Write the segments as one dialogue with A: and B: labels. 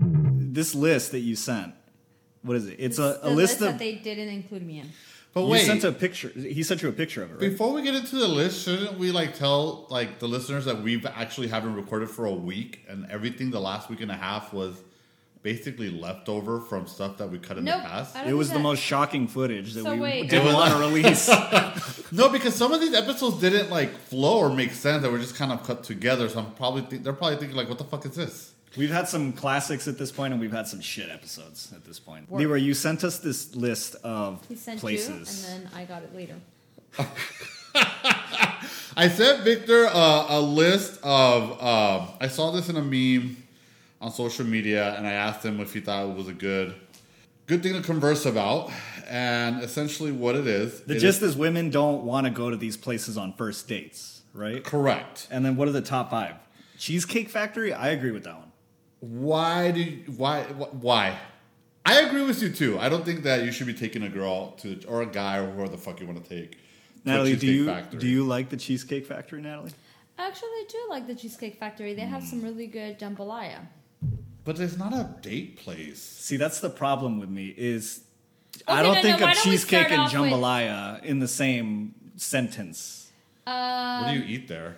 A: this list that you sent. What is it? It's a,
B: The
A: a list
B: that
A: of.
B: they didn't include me in.
A: you
C: But wait,
A: sent a picture. He sent you a picture of it, right?
C: before we get into the list, shouldn't we like tell like the listeners that we've actually haven't recorded for a week and everything the last week and a half was basically leftover from stuff that we cut in
B: Nope,
C: the past?
B: I don't
A: It was
B: think
A: the
B: that-
A: most shocking footage that
B: So
A: we
B: wait.
A: didn't want to release.
C: No, because some of these episodes didn't like flow or make sense. They were just kind of cut together. So I'm probably th- they're probably thinking like, what the fuck is this?
A: We've had some classics at this point, and we've had some shit episodes at this point.
B: Work.
A: Leroy, you sent us this list of
B: He sent
A: places.
B: you, and then I got it later.
C: I sent Victor uh, a list of. um I saw this in a meme on social media, and I asked him if he thought it was a good, good thing to converse about. And essentially, what it is,
A: the
C: it
A: gist is women don't want to go to these places on first dates, right?
C: correct.
A: And then what are the top five? Cheesecake Factory. I agree with that one.
C: Why do you, why wh- why? I agree with you too. I don't think that you should be taking a girl to or a guy or whoever the fuck you want to take. to a
A: Natalie, do
C: Cheesecake
A: you
C: Factory.
A: do you like the Cheesecake Factory, Natalie?
B: I actually do like the Cheesecake Factory. They
A: Hmm.
B: have some really good jambalaya.
C: But it's not a date place.
A: See, that's the problem with me is I
B: Okay,
A: don't
B: no, no,
A: think
B: why
A: of
B: don't we
A: cheesecake
B: start
A: and
B: off with-
A: jambalaya in the same sentence.
B: Uh,
C: What do you eat there?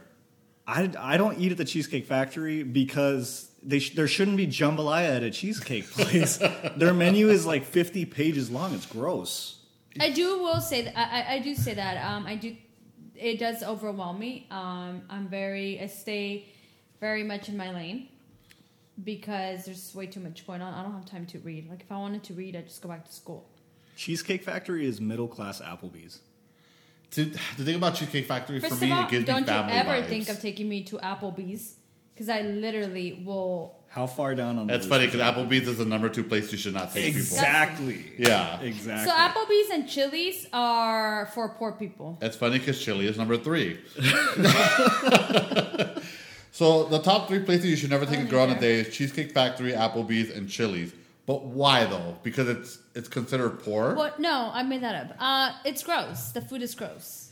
A: I, I don't eat at the Cheesecake Factory because they sh- there shouldn't be jambalaya at a cheesecake place. Their menu is like 50 pages long. It's gross.
B: I do will say that I, I- I do say that um, I do it does overwhelm me. Um, I'm very I stay very much in my lane because there's way too much going on. I don't have time to read. Like if I wanted to read, I just go back to school.
A: Cheesecake Factory is middle class Applebee's.
C: To, the thing about Cheesecake Factory
B: First
C: for me,
B: of all,
C: it gives me
B: don't you
C: family
B: ever
C: vibes.
B: think of taking me to Applebee's because I literally will.
A: How far down on the
C: That's
A: list
C: funny
A: is
C: because
A: that?
C: Applebee's is the number two place you should not take people.
A: Exactly.
C: Yeah.
A: Exactly.
B: So Applebee's and Chili's are for poor people.
C: That's funny because Chili is number three. so the top three places you should never take a
B: Only
C: girl on a
B: there.
C: date is Cheesecake Factory, Applebee's, and Chili's. But why though? Because it's it's considered poor.
B: What? No, I made that up. Uh, it's gross. The food is gross.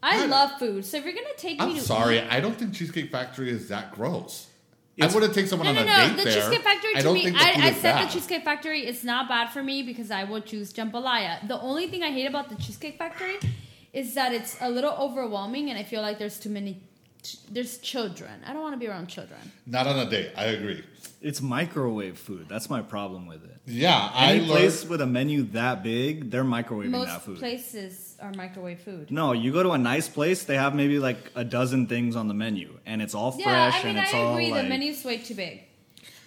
B: I
C: What?
B: love food, so if you're gonna take me
C: I'm
B: to
C: sorry, I don't think Cheesecake Factory is that gross.
A: It's-
C: I wouldn't take someone
B: No, no,
C: on a
B: no.
C: date
B: The
C: there.
B: Cheesecake Factory
C: I
B: to
C: don't
B: me,
C: think the
B: I,
C: food
B: I
C: is
B: said
C: bad.
B: the Cheesecake Factory is not bad for me because I will choose jambalaya. The only thing I hate about the Cheesecake Factory is that it's a little overwhelming and I feel like there's too many. ch- There's children. I don't want to be around children.
C: Not on a date. I agree.
A: it's microwave food. That's my problem with it.
C: Yeah, I
A: Any
C: learned.
A: place with a menu that big, they're microwaving that
B: Most
A: food.
B: places are microwave food.
A: no, you go to a nice place, they have maybe like a dozen things on the menu, and it's all
B: Yeah,
A: fresh
B: I mean,
A: and it's
B: I
A: all
B: agree.
A: like
B: The menu's way too big.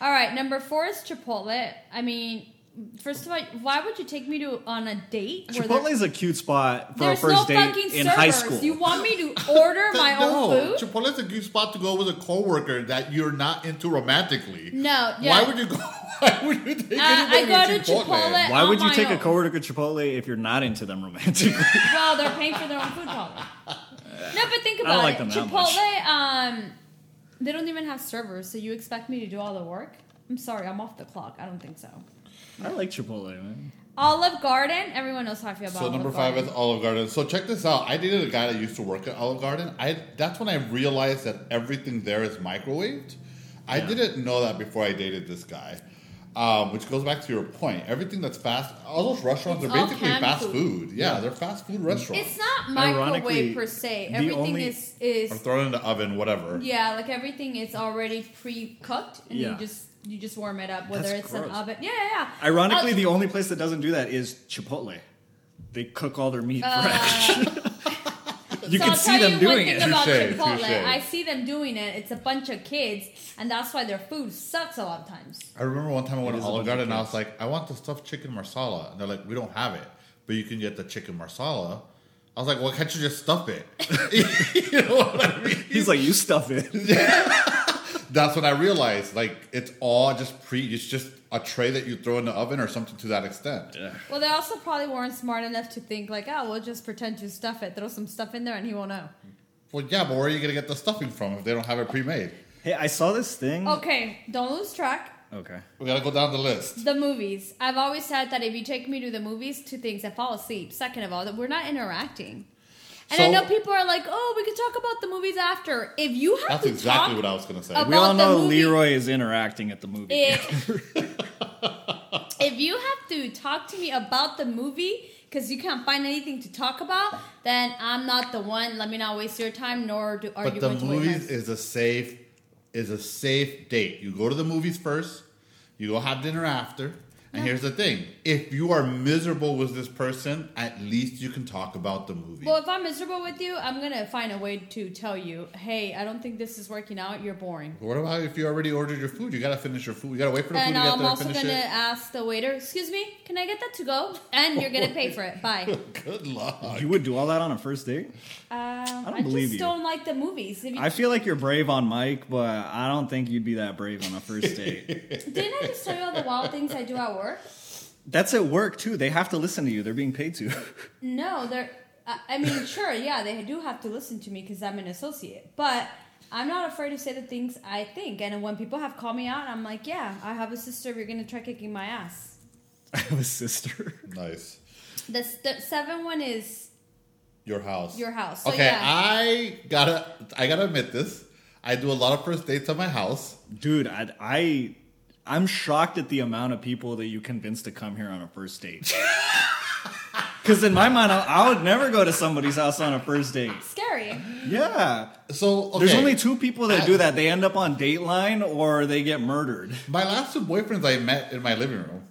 B: All right, number four is Chipotle. I mean, first of all, why would you take me to on a date? where there-
A: Chipotle is a cute spot for a
B: There's
A: first
B: no
A: date
B: fucking
A: in
B: servers.
A: high school.
B: You want me to order my
C: no,
B: own food?
C: Chipotle's a good spot to go with a coworker that you're not into romantically.
B: No,
C: Why
B: yeah.
C: would you go? Why would you take
B: Uh,
C: anybody
B: I go to
C: Chipotle?
B: Chipotle.
A: Why
B: on
A: would you
B: my
A: take a
B: own.
A: coworker to Chipotle if you're not into them romantically?
B: well, they're paying for their own food problem. No, but think
A: don't
B: about
A: like
B: it.
A: them that much.
B: Chipotle, um, they don't even have servers, so you expect me to do all the work? I'm sorry, I'm off the clock. I don't think so.
A: I like Chipotle, man.
B: Olive Garden. Everyone knows how I feel about.
C: So
B: Olive
C: number five
B: Garden.
C: is Olive Garden. So check this out. I dated a guy that used to work at Olive Garden. I that's when I realized that everything there is microwaved. I didn't know that before I dated this guy, um, which goes back to your point. Everything that's fast, all those restaurants
B: It's
C: are
B: all
C: basically
B: canned
C: fast
B: food.
C: food. Yeah, they're fast food restaurants.
B: It's not
A: Ironically,
B: microwave per se.
A: the
B: Everything
A: only-
B: is
C: or
B: is
C: thrown in the oven, whatever.
B: yeah, like everything is already pre cooked, and
A: Yeah.
B: you just you just warm it up, whether
A: That's
B: it's an
A: gross.
B: oven. Yeah, yeah. yeah.
A: Ironically,
B: Uh,
A: the only place that doesn't do that is Chipotle. They cook all their meat fresh. you
B: Uh. So
A: can
B: I'll
A: see
B: tell
A: them
B: you
A: doing
B: one
A: it.
B: thing about
C: Touche,
B: Chipotle.
C: touche.
B: I see them doing it. It's a bunch of kids, and that's why their food sucks a lot of times.
C: I remember one time I went
A: is
C: to
A: a
C: Olive
A: bunch of
C: Garden and I
A: kids.
C: was like, I want the stuffed chicken marsala. And they're like, we don't have it, but you can get the chicken marsala. I was like, well, can't you just stuff it? you know what I mean?
A: He's like, you stuff it.
C: That's when I realized, like, it's all just pre, it's just a tray that you throw in the oven or something to that extent.
B: Well, they also probably weren't smart enough to think like, oh, we'll just pretend to stuff it, throw some stuff in there, and he won't know.
C: Well, yeah, but where are you going to get the stuffing from if they don't have it pre made?
A: hey, I saw this thing.
B: Okay, don't lose track.
A: Okay.
C: We got to go down the list.
B: The movies. I've always said that if you take me to the movies, two things: I fall asleep. Second of all, that we're not interacting. And I
C: So-
B: know people are like, "Oh, we could talk about the movies after." If you have
C: That's
B: to
C: exactly
B: talk
C: what I was going to say.
B: about
A: We all
B: the
A: know
B: movie-
A: Leroy is interacting at the movie.
B: It, if you have to talk to me about the movie because you can't find anything to talk about, then I'm not the one. Let me not waste your time, nor do, are
C: But
B: you
C: the
B: going to waste
C: movies
B: mine.
C: is a safe is a safe date. You go to the movies first, you go have dinner after. And here's the thing: if you are miserable with this person, at least you can talk about the movie.
B: Well, if I'm miserable with you, I'm gonna find a way to tell you, hey, I don't think this is working out. You're boring.
C: what about if you already ordered your food? You gotta finish your food. You gotta wait for the food
B: And
C: to get
B: I'm
C: there
B: also
C: and
B: gonna
C: finish
B: ask the waiter, excuse me, can I get that to go? And you're gonna pay for it. Bye. Um,
C: it. Good luck.
A: You would do all that on a first date?
B: Um, I,
A: believe
B: just
A: you.
B: don't like the movies. If you,
A: I feel like you're brave on Mike, but I don't think you'd be that brave on a first date.
B: didn't I just tell you all the wild things I do at work?
A: That's at work too. They have to listen to you. They're being paid to.
B: No, they're. I I mean, sure, yeah, they do have to listen to me because I'm an associate, but I'm not afraid to say the things I think. And when people have called me out, I'm like, yeah, I have a sister. You're gonna try kicking my ass.
A: I have a sister.
C: Nice.
B: The, the seven one is
C: Your house.
B: Your house. So,
C: okay,
B: yeah.
C: I gotta I gotta admit this. I do a lot of first dates at my house.
A: Dude, I, I I'm shocked at the amount of people that you convinced to come here on a first date. Because in my mind, I, I would never go to somebody's house on a first date.
B: scary.
A: Yeah,
C: So okay,
A: there's only two people that
C: I-
A: do that. They end up on Dateline or they get murdered.
C: My last two boyfriends I met in my living room.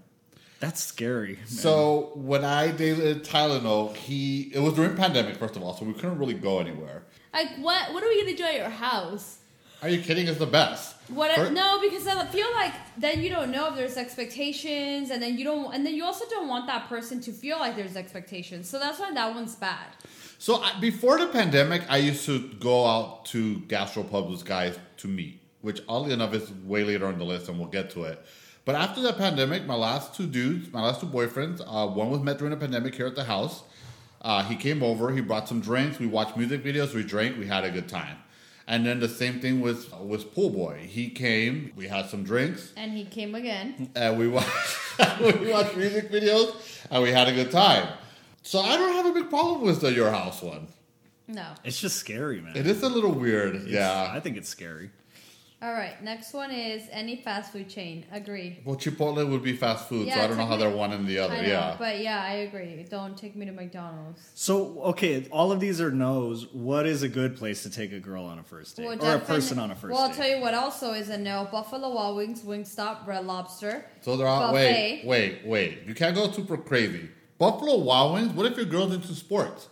A: That's scary. man.
C: So when I dated Tylenol, he it was during pandemic first of all, so we couldn't really go anywhere.
B: Like what? What are we gonna do at your house?
C: Are you kidding? It's the best.
B: What?
C: Fir-
B: no, because I feel like then you don't know if there's expectations, and then you don't, and then you also don't want that person to feel like there's expectations. So that's why that one's bad.
C: So I, before the pandemic, I used to go out to gastropubs with guys to meet, which oddly enough is way later on the list, and we'll get to it. But after the pandemic, my last two dudes, my last two boyfriends, uh, one was met during the pandemic here at the house. Uh, he came over, he brought some drinks, we watched music videos, we drank, we had a good time. And then the same thing with with pool boy. He came, we had some drinks,
B: And he came
A: Hmm.
B: again.
C: and we watched we watched music videos, and we had a good time. So I don't have a big problem with the your house one.
B: No.
A: it's just scary, man.
C: It is a little weird. yeah.
A: I think it's scary.
B: All right. Next one is any fast food chain. Agree.
C: well, Chipotle would be fast food, so
B: Yeah,
C: I don't know how they're one and
A: Oh,
C: the other.
B: I know,
C: yeah.
B: but yeah, I agree. Don't take me to McDonald's.
A: So okay, all of these are no's. What is a good place to take a girl on a first date
B: Well,
A: or a
B: defin-
A: person on a first
B: Well, I'll
A: date?
B: tell you what also is a no: Buffalo Wild Wings, Wingstop, Red Lobster.
C: so they're all wait,
B: Buffet.
C: wait, wait. You can't go super crazy. Buffalo Wild Wings. What if your girl's into sports,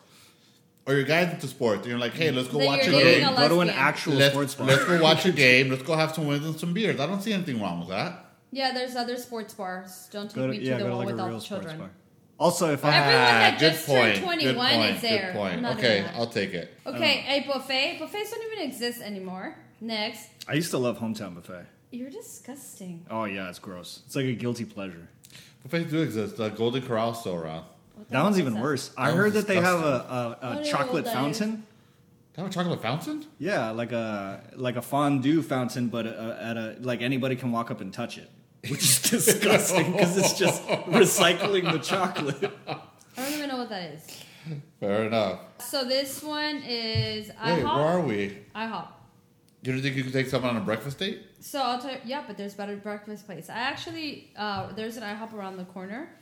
C: or your guy's into sports, and you're like, hey, let's go
B: Then
C: watch a
B: you're dating
C: game.
A: go
B: a
A: to an
B: lesbian.
A: actual sports
C: Let's,
A: bar.
C: let's go watch a game. Let's go have some wings and some beers. I don't see anything wrong with that.
B: Yeah, there's other sports bars. Don't take
A: Go to,
B: me to
A: yeah,
B: the
A: go to
B: one
A: like a
B: without
A: real sports
B: children.
A: bar. Also, if I
B: Everyone that
C: Ah, good
B: just turned
C: point,
B: 21
C: good
B: is
C: point,
B: there.
C: Good point.
B: I'm not
C: okay,
B: doing that.
C: I'll take it.
B: Okay, a buffet. Buffets don't even exist anymore. Next,
A: I used to love hometown buffet.
B: you're disgusting.
A: Oh yeah, it's gross. It's like a guilty pleasure.
C: Buffets do exist. The Golden Corral's still around.
B: What the
A: That one's
B: heck is
A: even
B: that?
A: worse. I
C: That
A: heard
C: one's
A: that they have a,
B: I
A: a,
B: don't
A: a
B: know what
A: chocolate
B: that
A: fountain.
C: They have a chocolate fountain.
A: Yeah, like a like a fondue fountain, but uh at a like anybody can walk up and touch it, which is disgusting because it's just recycling the chocolate.
B: I don't even know what that is.
C: Fair enough.
B: So this one is
C: Wait, where
B: IHOP.
C: are we?
B: IHOP.
C: You don't think you could take someone on a breakfast date?
B: So I'll tell you, yeah, but there's better breakfast place. I actually uh, there's an IHOP around the corner,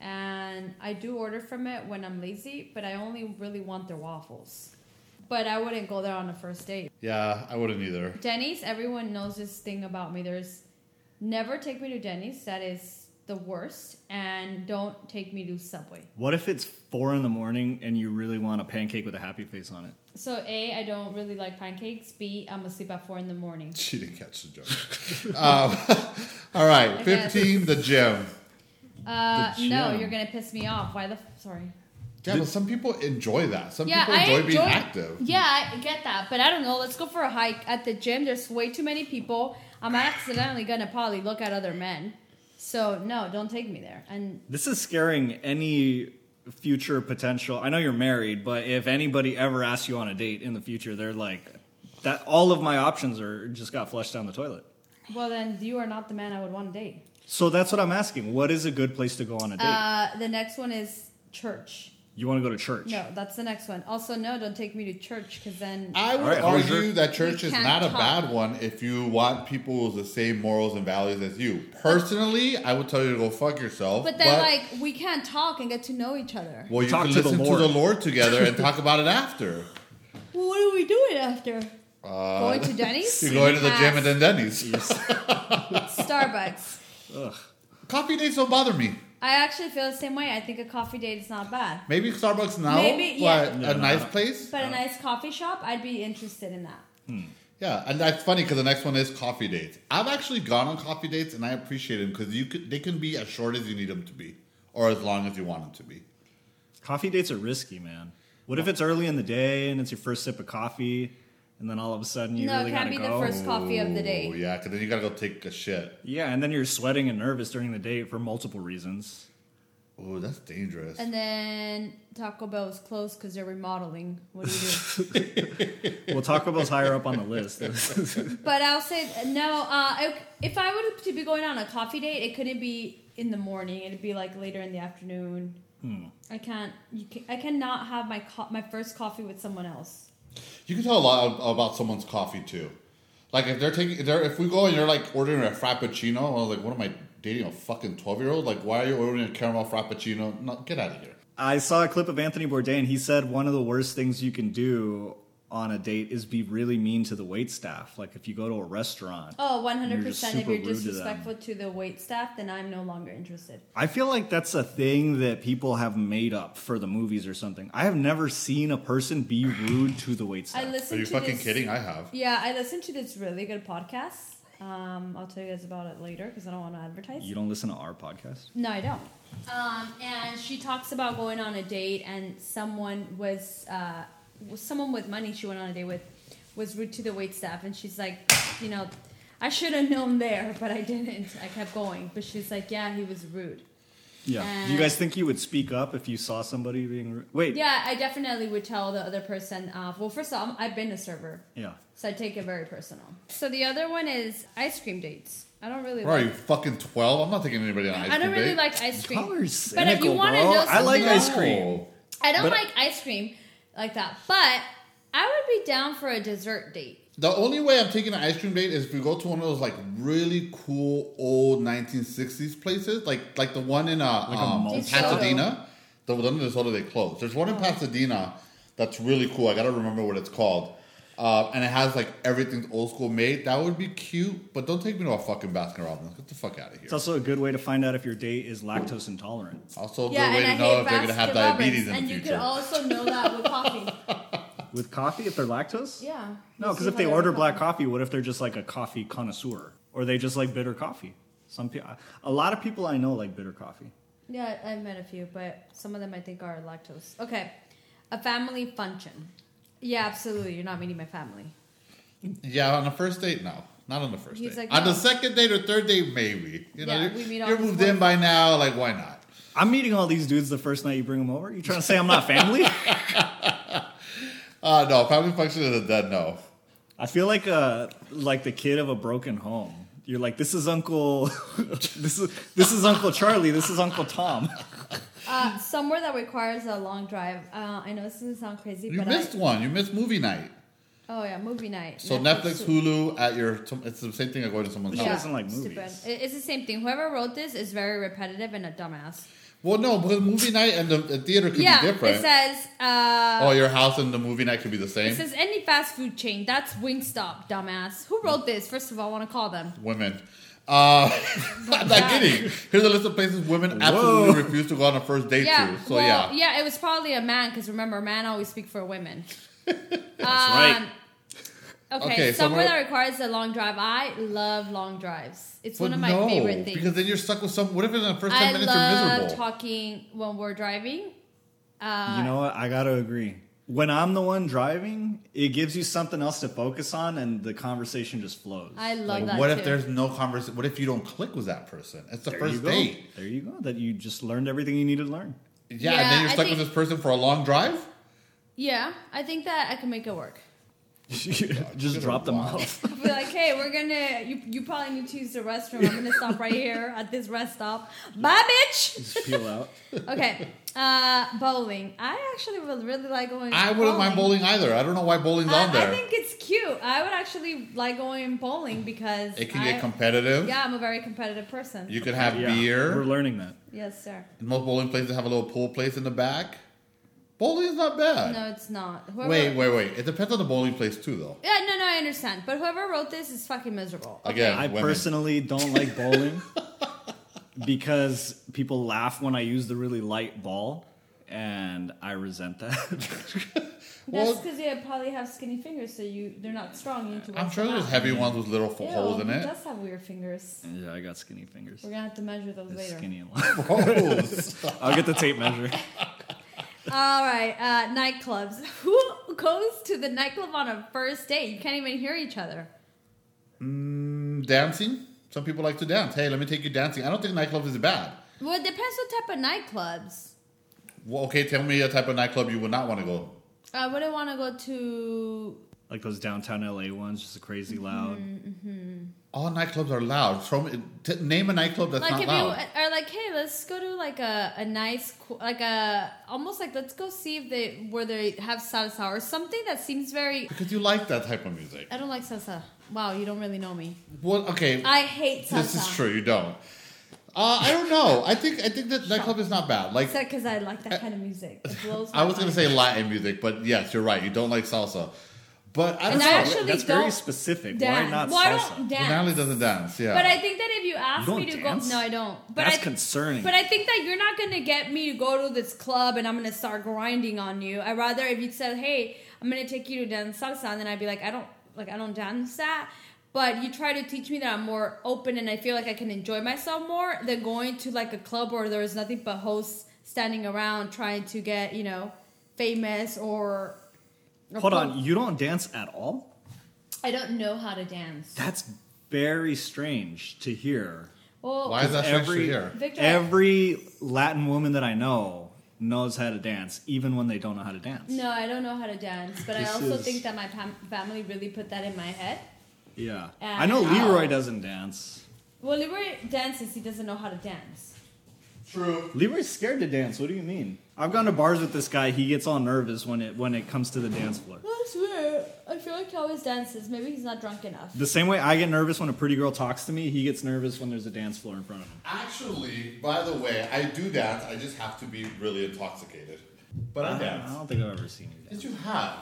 B: and I do order from it when I'm lazy, but I only really want their waffles. But I wouldn't go there on a first date.
C: Yeah, I wouldn't either.
B: Denny's, everyone knows this thing about me. There's never take me to Denny's. That is the worst. And don't take me to Subway.
A: What if it's four in the morning and you really want a pancake with a happy face on it?
B: So A, I don't really like pancakes. B, I'm asleep at four in the morning.
C: She didn't catch the joke. um, all right,
B: I guess.
C: 15, the gym.
B: Uh,
C: The
B: no,
C: gym.
B: you're gonna piss me off. Why the f- sorry?
C: Yeah, but some people enjoy that. Some
B: Yeah,
C: people
B: I
C: enjoy, being
B: enjoy-
C: active.
B: Yeah, I get that, but I don't know. Let's go for a hike at the gym. There's way too many people. I'm accidentally gonna probably look at other men. So no, don't take me there. And
A: This is scaring any future potential. I know you're married, but if anybody ever asks you on a date in the future, they're like, that all of my options are just got flushed down the toilet.
B: well, then you are not the man I would want to date.
A: So that's what I'm asking. What is a good place to go on a date?
B: Uh, the next one is church.
A: You want to go to church?
B: No, that's the next one. Also, no, don't take me to church because then
C: I would
A: All right, how was
C: argue
A: your-
C: that church
B: You
C: is
B: can't
C: not a
B: talk.
C: bad one if you want people with the same morals and values as you. Personally, I would tell you to go fuck yourself.
B: But then, like, we can't talk and get to know each other.
C: well, you
A: Talk
C: can
A: to the
C: listen to
A: Lord.
C: the Lord together and talk about it after.
B: Well, what are we doing after?
C: Uh,
B: Going to Denny's?
C: You're going to the gym and then Denny's.
B: Starbucks.
A: Ugh.
C: Coffee dates don't bother me.
B: I actually feel the same way. I think a coffee date is not bad.
C: Maybe Starbucks now,
B: Maybe, yeah.
C: but
A: No,
C: a
A: no,
C: nice
A: no.
C: place.
B: But a nice coffee shop, I'd be interested in that.
C: Yeah, and that's funny because the next one is coffee dates. I've actually gone on coffee dates and I appreciate them because you could, they can be as short as you need them to be, or as long as you want them to be.
A: Coffee dates are risky, man. What if it's early in the day and it's your first sip of coffee, and then all of a sudden you
B: no,
A: really
B: it can't
A: gotta
B: be
A: go?
B: the first coffee of the
C: Oh
B: day.
C: yeah, because then you gotta go take a shit.
A: Yeah, and then you're sweating and nervous during the date for multiple reasons.
C: Oh, that's dangerous.
B: And then Taco Bell is closed because they're remodeling. What do you
A: Well, Taco Bell's higher up on the list.
B: do? but I'll say no. Uh, I, if I were to be going on a coffee date, it couldn't be in the morning. It'd be like later in the afternoon. I can't. You can, I cannot have my co- my first coffee with someone else.
C: You can tell a lot ab- about someone's coffee too. Like if they're taking, if, they're, if we go and you're like ordering a frappuccino, I was like, what am I dating a fucking twelve year old? Like, why are you ordering a caramel frappuccino? No, get out of here.
A: I saw a clip of Anthony Bourdain. He said one of the worst things you can do on a date is be really mean to the wait staff. Like if you go to a restaurant.
B: Oh,
A: You're
B: 100%.
A: just
B: if
A: super
B: you're
A: rude to them.
B: disrespectful to, the wait staff, then I'm no longer interested.
A: I feel like that's a thing that people have made up for the movies or something. I have never seen a person be rude to the wait
B: I
A: staff.
B: listened
C: Are you
B: to
C: fucking
B: this-
C: kidding? I have.
B: Yeah, I listened to this really good podcast. Um, I'll tell you guys about it later because I don't want to advertise.
A: you don't listen to our podcast?
B: No, I don't. Um, and she talks about going on a date, and someone was uh, was someone with money she went on a date with was rude to the wait staff, and she's like, you know, I should have known there, but I didn't. I kept going, but she's like, yeah, he was rude.
A: Yeah. do you guys think you would speak up if you saw somebody being rude? Wait.
B: Yeah, I definitely would tell the other person. Uh, well, first of all, I'm- I've been a server,
A: Yeah.
B: so I take it very personal. So the other one is ice cream dates. I don't really.
C: Where are
B: like
C: you fucking twelve? I'm not taking anybody on ice
B: I
C: cream
B: don't really
C: date.
B: like ice cream.
A: Y'all are
B: but if you
A: cynical,
B: want to
A: bro.
B: know,
A: I like
B: something-
A: ice cream.
B: I don't
A: But-
B: like ice cream like that, but I would be down for a dessert date.
C: The only way I'm taking an ice cream date is if we go to one of those like really cool old 1960s places, like like the one in uh,
A: Like a
C: um,
A: malt
B: shop?
C: Pasadena. The one in Minnesota they closed. There's
B: Oh.
C: one in Pasadena that's really cool. I gotta remember what it's called, uh, and it has like everything old school made. That would be cute, but don't take me to a fucking Baskin Robbins. Get the fuck out of here.
A: It's also a good way to find out if your date is lactose intolerant
C: Also, a good
B: yeah,
C: way
B: and I
C: to know
B: hate
C: if they're gonna have
B: Baskin Robbins,
C: diabetes in
B: and
C: the
B: you
C: future.
B: could also know that with coffee.
A: with coffee if they're lactose.
B: Yeah.
A: No, because if they order black coffee, what if they're just like a coffee connoisseur, or they just like bitter coffee? Some people, a lot of people I know like bitter coffee.
B: Yeah, I- I've met a few, but some of them I think are lactose. Okay, a family function. Yeah, absolutely. You're not meeting my family.
C: Yeah, on the first date, no. Not on the first
B: He's
C: date.
B: like,
C: on
B: no.
C: the second date or third date, maybe. You know,
B: Yeah,
C: you're,
B: we meet on
C: you're
B: the
C: moved
B: fourth.
C: in by now. Like, why not?
A: I'm meeting all these dudes the first night you bring them over. You trying to say I'm not family?
C: Uh, no, family function is a dead no.
A: I feel like uh like the kid of a broken home. You're like this is Uncle, this is this is Uncle Charlie. This is Uncle Tom.
B: Uh, somewhere that requires a long drive. Uh, I know this doesn't sound crazy,
C: You
B: but
C: missed
B: I,
C: one. You missed movie night.
B: oh yeah, movie night.
C: So Netflix, Hulu, at your. It's the same thing. I go to someone's
A: She
C: house.
A: doesn't like
B: stupid.
A: movies.
B: It- It's the same thing. Whoever wrote this is very repetitive and a dumbass.
C: Well, no, because movie night and the, the theater could
B: yeah,
C: be different.
B: it says. Uh,
C: oh, your house and the movie night could be the
B: It
C: same.
B: says any fast food chain. That's Wingstop, dumbass. Who wrote this? First of all, I want to call them.
C: women. Uh, I'm not
B: Yeah.
C: kidding. Here's a list of places women absolutely refuse to go on a first date
B: Yeah,
C: to. So
B: well,
C: yeah.
B: it was probably a man because remember, man always speak for women. That's Um,
A: right.
B: Okay, somewhere
C: Okay, somewhere-
B: that requires a long drive. I love long drives. It's one
C: But
B: of my
C: no,
B: favorite things.
C: Because then you're stuck with some. What if in the first ten
B: I
C: minutes you're
B: love
C: miserable?
B: talking when we're driving. Uh,
A: you know what? I gotta agree. When I'm the one driving, it gives you something else to focus on, and the conversation just flows.
B: I love
C: But
B: that.
C: what
B: too.
C: if there's no conversation? What if you don't click with that person? It's the
A: There you
C: first
A: go.
C: date.
A: There you go. That you just learned everything you needed to learn.
C: Yeah,
B: Yeah,
C: and then you're
B: I
C: stuck
B: think-
C: with this person for a long drive.
B: Yeah, I think that I can make it work.
A: just
C: Good
A: drop them
C: one.
A: off.
B: Be like, hey, we're gonna. You, you probably need to use the restroom. I'm gonna stop right here at this rest stop. Bye, bitch.
A: Just peel out.
B: Okay, uh, bowling. I actually would really like going.
C: I wouldn't mind bowling either. I don't know why bowling's
B: I,
C: on there.
B: I think it's cute. I would actually like going bowling because
C: it can
B: I-
C: get competitive.
B: Yeah, I'm a very competitive person.
C: You could have
A: Yeah, We're
C: beer.
A: learning that.
B: yes, sir.
C: Most bowling places have a little pool place in the back. Bowling's not bad.
B: No, it's not. Whoever,
C: Wait, wait, wait. It depends on the bowling place too, though.
B: Yeah, no, no, I understand. But whoever wrote this is fucking miserable.
C: Again,
A: I
C: women.
A: personally don't like bowling because people laugh when I use the really light ball, and I resent that.
B: That's
C: Well-
B: because they probably have skinny fingers, so you they're not strong. You need to
C: I'm
B: work
C: sure
B: them
C: there's
B: out.
C: heavy ones with little fo-
B: Ew,
C: holes in
B: he
C: it.
B: does have weird fingers.
A: yeah, I got skinny fingers.
B: We're gonna have to measure those
A: It's
B: later.
A: skinny and long.
C: Gross.
A: I'll get the tape measure.
B: All right, uh, nightclubs. Who goes to the nightclub on a first date? You can't even hear each other.
C: Mm, dancing. Some people like to dance. Hey, let me take you dancing. I don't think nightclub is bad.
B: Well, it depends what type of nightclubs.
C: Well, okay, tell me a type of nightclub you would not want to go.
B: I wouldn't want to go to.
A: Like those downtown LA ones, just crazy
B: Mm-hmm.
A: loud.
C: All nightclubs are loud. From t- name a nightclub that's
B: Like
C: not
B: if
C: loud.
B: you are like, hey, let's go to like a, a nice, co- like a almost like let's go see if they where they have salsa or something that seems very.
C: because you like that type of music.
B: I don't like salsa. Wow, you don't really know me.
C: Well, okay,
B: Uh, I hate salsa.
C: this is true. You don't. Uh, I don't know. I think I think that nightclub is not bad. Like
B: Except because I like that kind of music. It blows.
C: I
B: my
C: was gonna
B: mind.
C: say Latin music, but yes, you're right. You don't like salsa, but I don't
B: And
C: know.
B: I actually
A: That's
B: don't
A: very specific.
B: dance.
A: Why not
B: Well, I
A: salsa?
B: don't
C: Well,
B: dance.
C: Natalie doesn't dance. Yeah,
B: But I think that if you ask
A: You
B: me
A: don't
B: to
A: dance?
B: go, no, I don't. But
A: That's
B: I,
A: concerning.
B: But I think that you're not gonna get me to go to this club and I'm gonna start grinding on you. I rather if you said, "Hey, I'm gonna take you to dance salsa," and then I'd be like, "I don't like I don't dance that." But you try to teach me that I'm more open and I feel like I can enjoy myself more than going to like a club where there is nothing but hosts standing around trying to get you know famous or. or
A: Hold
B: put-
A: on, you don't dance at all?
B: I don't know how to dance.
A: That's very strange to hear.
B: Well,
C: Why is that so extra
A: Every
C: here?
B: Victor-
A: every Latin woman that I know knows how to dance, even when they don't know how to dance.
B: No, I don't know how to dance, but I
A: This
B: also
A: is-
B: think that my pam- family really put that in my head.
A: Yeah,
B: Uh,
A: I know Leroy doesn't dance.
B: Well, Leroy dances, he doesn't know how to dance.
C: true.
A: Leroy's scared to dance. What do you mean? I've gone to bars with this guy. He gets all nervous when it when it comes to the dance floor.
B: That's weird. I feel like he always dances. Maybe he's not drunk enough.
A: The same way I get nervous when a pretty girl talks to me, he gets nervous when there's a dance floor in front of him.
C: Actually, by the way, I do dance. I just have to be really intoxicated. But I
A: I
C: dance.
A: don't think I've ever seen you
C: Yes,
A: dance.
C: you have.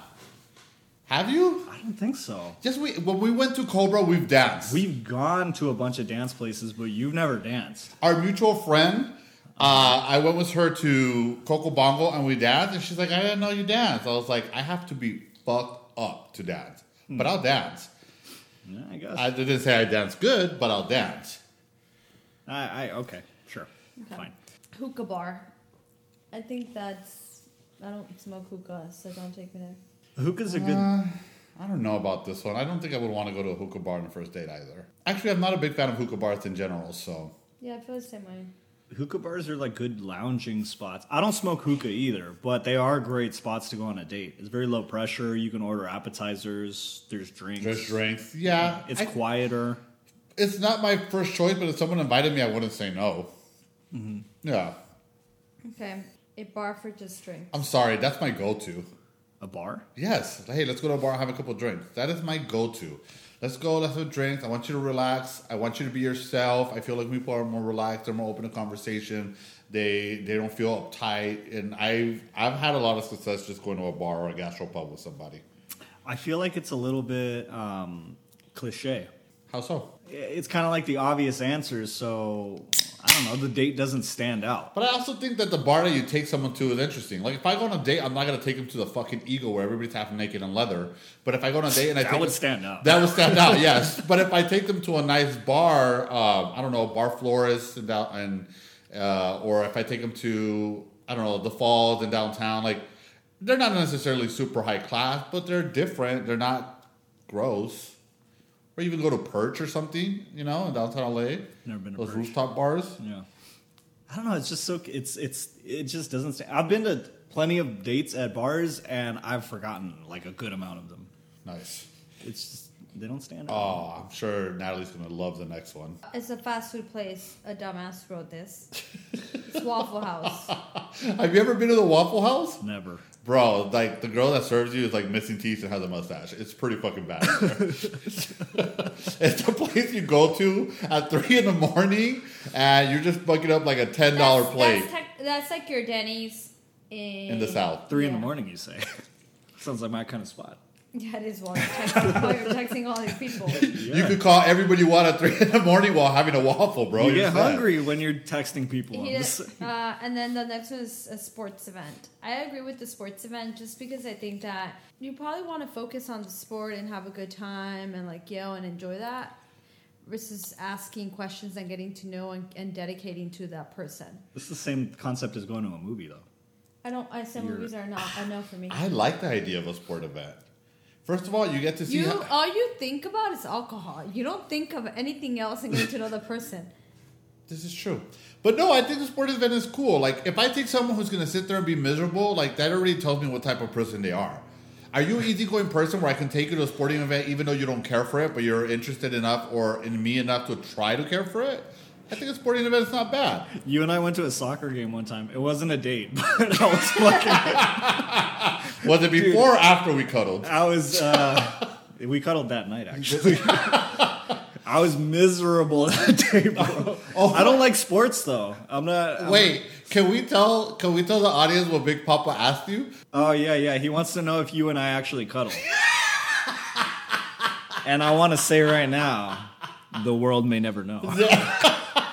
C: Have you?
A: I don't think so.
C: Yes, we when we went to Cobra, we've danced.
A: We've gone to a bunch of dance places, but you've never danced.
C: Our mutual friend, uh, I went with her to Coco Bongo and we danced, and she's like, "I didn't know you danced." I was like, "I have to be fucked up to dance, but I'll dance."
A: Yeah, I guess.
C: I didn't say I dance good, but I'll dance.
A: I, I okay, sure,
B: Okay.
A: fine.
B: Hookah bar. I think that's. I don't smoke hookah, so don't take me there.
A: Hookah's a good.
C: I don't know about this one. I don't think I would want to go to a hookah bar on a first date either. Actually, I'm not a big fan of hookah bars in general, so
B: Yeah, I feel the same way.
A: hookah bars are like good lounging spots. I don't smoke hookah either, but they are great spots to go on a date. It's very low pressure. You can order appetizers. There's drinks.
C: just drinks. Yeah,
A: It's
C: I-
A: quieter.
C: it's not my first choice, but if someone invited me, I wouldn't say no. Mm-hmm. Yeah,
B: Okay. A bar for just drink.
C: I'm sorry. That's my go-to.
A: A bar.
C: Yes. Hey, let's go to a bar and have a couple drinks. That is my go-to. Let's go. Let's have drinks. I want you to relax. I want you to be yourself. I feel like people are more relaxed. They're more open to conversation. They they don't feel uptight. And I've I've had a lot of success just going to a bar or a gastropub with somebody.
A: I feel like it's a little bit um, cliche.
C: How so?
A: I- It's kind of like the obvious answer, so I don't know. The date doesn't stand out.
C: But I also think that the bar that you take someone to is interesting. Like if I go on a date, I'm not gonna take them to the fucking Eagle where everybody's half naked and leather. But if I go on a date and I
A: That
C: take
A: would
C: them-
A: stand out.
C: That would stand out, yes. But if I take them to a nice bar, um, I don't know, bar florist and down, and uh, or if I take them to I don't know the falls in downtown, like they're not necessarily super high class, but they're different. They're not gross. Or even go to Perch or something, you know, in downtown LA.
A: Never been to
C: those
A: Perch.
C: rooftop bars.
A: Yeah. I don't know. It's just so it's it's it just doesn't. St- I've been to plenty of dates at bars and I've forgotten like a good amount of them.
C: Nice.
A: It's just, they don't stand out.
C: Oh, I'm sure Natalie's gonna love the next one.
B: It's a fast food place. A dumbass wrote this. It's Waffle House.
C: Have you ever been to the Waffle House?
A: Never.
C: Bro, like the girl that serves you is like missing teeth and has a mustache. It's pretty fucking bad. it's the place you go to at three in the morning, and you're just fucking up like a ten dollar
B: That's-
C: plate
B: That's, tec- that's like your Denny's in,
C: in the south.
A: Three in the
B: Yeah.
A: morning, you say. Sounds like my kind of spot.
B: Yeah, it is while you're texting, while you're texting all these people.
C: You
A: Yeah.
C: could call everybody you want at three in the morning while having a waffle, bro.
A: you
C: You're
A: get
C: set.
A: hungry when you're texting people.
B: He
A: I'm
B: does-
A: just-
B: uh, and then the next one is a sports event. I agree with the sports event just because I think that you probably want to focus on the sport and have a good time and like yell and enjoy that versus asking questions and getting to know and, and dedicating to that person.
A: This is the same concept as going to a movie, though.
B: I don't. I said
A: You're-
B: movies are not a no for me.
C: I like the idea of a sport event. First of all, you get to see.
B: You
C: how-
B: all you think about is alcohol. You don't think of anything else and getting to know the person.
C: This is true. But no, I think the sport event is cool. Like, if I take someone who's going to sit there and be miserable, like, that already tells me what type of person they are. Are you an easygoing person where I can take you to a sporting event even though you don't care for it, but you're interested enough or in me enough to try to care for it? I think a sporting event is not bad.
A: You and I went to a soccer game one time. It wasn't a date, but I was fucking.
C: Was it before or after we cuddled?
A: I was. Uh, we cuddled that night, actually. I was miserable that day, bro.
C: Oh.
A: I don't like sports, though. I'm not. I'm-
C: Wait, can we tell can we tell the audience what Big Papa asked you?
A: Oh yeah, yeah. He wants to know if you and I actually cuddle. and I want to say right now, the world may never know.
C: I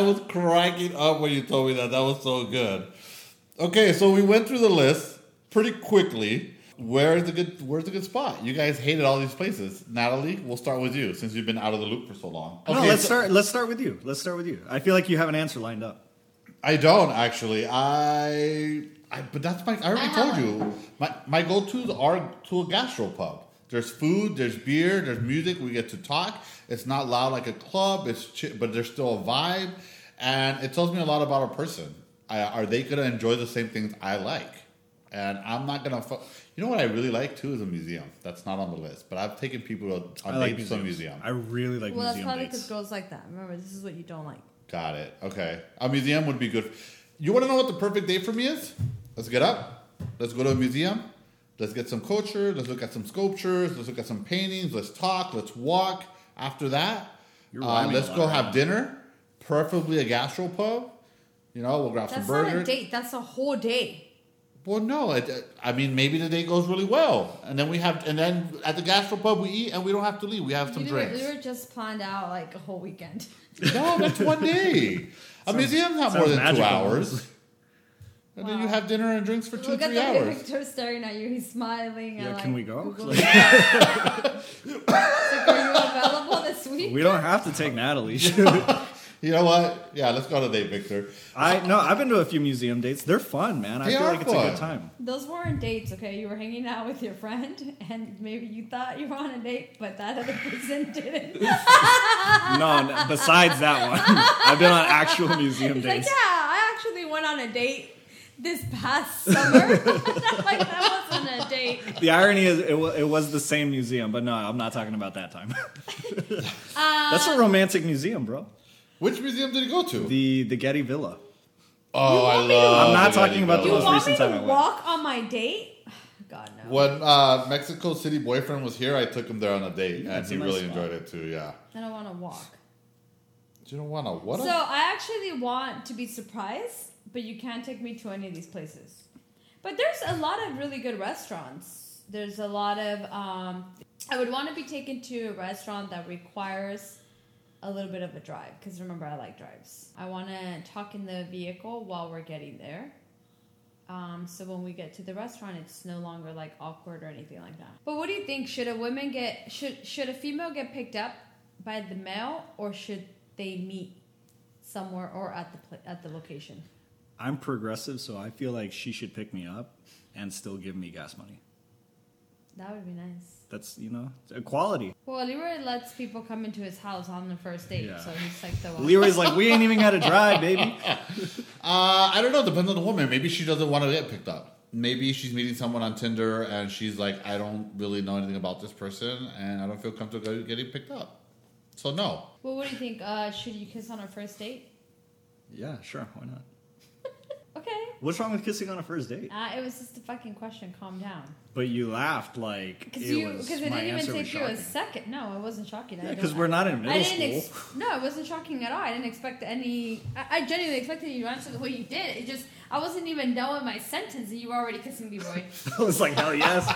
C: was cracking up when you told me that. That was so good. Okay, so we went through the list pretty quickly. Where's the good Where's the good spot? You guys hated all these places. Natalie, we'll start with you since you've been out of the loop for so long.
A: no, let's
C: so-
A: start. Let's start with you. Let's start with you. I feel like you have an answer lined up.
C: I don't actually. I, I but that's my. I already
B: I
C: told
B: have
C: you. My my go tos are to a gastro pub. There's food. There's beer. There's music. We get to talk. It's not loud like a club. It's chi- but there's still a vibe, and it tells me a lot about a person. I, are they gonna enjoy the same things I like? And I'm not gonna. Fu- you know what I really like too is a museum. That's not on the list, but I've taken people to- on
A: I like
C: dates to a museum.
A: I really like
B: Well, that's
A: museum
B: probably because
A: dates.
B: girls like that. Remember, this is what you don't like.
C: Got it. Okay. A museum would be good. You want to know what the perfect day for me is? Let's get up. Let's go to a museum. Let's get some culture. Let's look at some sculptures. Let's look at some paintings. Let's talk. Let's walk. After that,
A: You're
C: uh,
A: rhyming
C: let's
A: a lot
C: go
A: right
C: have dinner, preferably a gastro pub. You know, we'll grab
B: That's
C: some burgers.
B: not a date. That's a whole day.
C: Well, no. It, I mean, maybe the day goes really well, and then we have, and then at the gastro pub we eat, and we don't have to leave. We have some
B: we,
C: drinks.
B: Were, we were just planned out like a whole weekend.
C: No, that's one day. A museum's not more
A: sounds
C: than two
A: magical.
C: hours. And then you
B: Wow.
C: have dinner and drinks for two,
B: Look at
C: three
B: the
C: hours.
B: director staring at you. He's smiling.
A: Yeah,
B: and,
A: can we
B: like,
A: go?
B: Googling. Like, are you available this week?
A: We don't have to take Natalie. shoot.
C: You know what? Yeah, let's go on a date, Victor.
A: I no. I've been to a few museum dates. They're fun, man. I
C: They
A: feel
C: are
A: like it's a
C: fun.
A: good time.
B: Those weren't dates, okay? You were hanging out with your friend, and maybe you thought you were on a date, but that other person didn't.
A: No, no, besides that one, I've been on actual museum
B: He's like,
A: dates.
B: yeah, I actually went on a date this past summer. like, that wasn't a date.
A: The irony is, it, wa it was the same museum, but no, I'm not talking about that time. That's a
B: Um,
A: romantic museum, bro.
C: Which museum did you go to?
A: The the Getty Villa.
C: oh, I
B: want me to-
C: love.
A: I'm not
C: the Valley
A: talking about
C: Villa.
A: That was
B: You want me
A: recent
B: to
A: time I went.
B: walk on my date? God, no.
C: When uh, Mexico City boyfriend was here, I took him there on a date, and
A: that's
C: he
A: a nice
C: really
A: spot.
C: enjoyed it too. Yeah.
B: I don't want to walk.
C: Do you know what? a- What?
B: So
C: a-
B: I actually want to be surprised, but you can't take me to any of these places. But there's a lot of really good restaurants. There's a lot of. Um, I would want to be taken to a restaurant that requires a little bit of a drive because remember I like drives. I want to talk in the vehicle while we're getting there. Um, so when we get to the restaurant, it's no longer like awkward or anything like that. But what do you think? Should a woman get should should a female get picked up by the male, or should they meet somewhere or at the pla at the location?
A: I'm progressive, so I feel like she should pick me up and still give me gas money.
B: That would be nice.
A: That's you know equality.
B: Well, Leroy lets people come into his house on the first date,
A: Yeah.
B: so he's like the one.
A: Leroy's like, we ain't even got to drive, baby.
C: uh, I don't know. Depends on the woman. Maybe she doesn't want to get picked up. maybe she's meeting someone on Tinder and she's like, I don't really know anything about this person and I don't feel comfortable getting picked up. So no.
B: Well, what do you think? Uh, should you kiss on a first date?
A: Yeah, sure. Why not?
B: Okay.
A: What's wrong with kissing on a first date?
B: Uh, it was just a fucking question. Calm down.
A: But you laughed like
B: Because
A: it
B: you,
A: was.
B: because it
A: my
B: didn't even
A: answer was
B: take you a
A: shocking.
B: second. No, it wasn't shocking. I
A: Yeah,
B: don't-
A: because we're not in
B: I
A: middle
B: didn't.
A: school.
B: Ex- no, it wasn't shocking at all. I didn't expect any. I, I genuinely expected you to answer the way you did. It just I wasn't even knowing my sentence, and you were already kissing me, boy.
A: I was like, hell yes.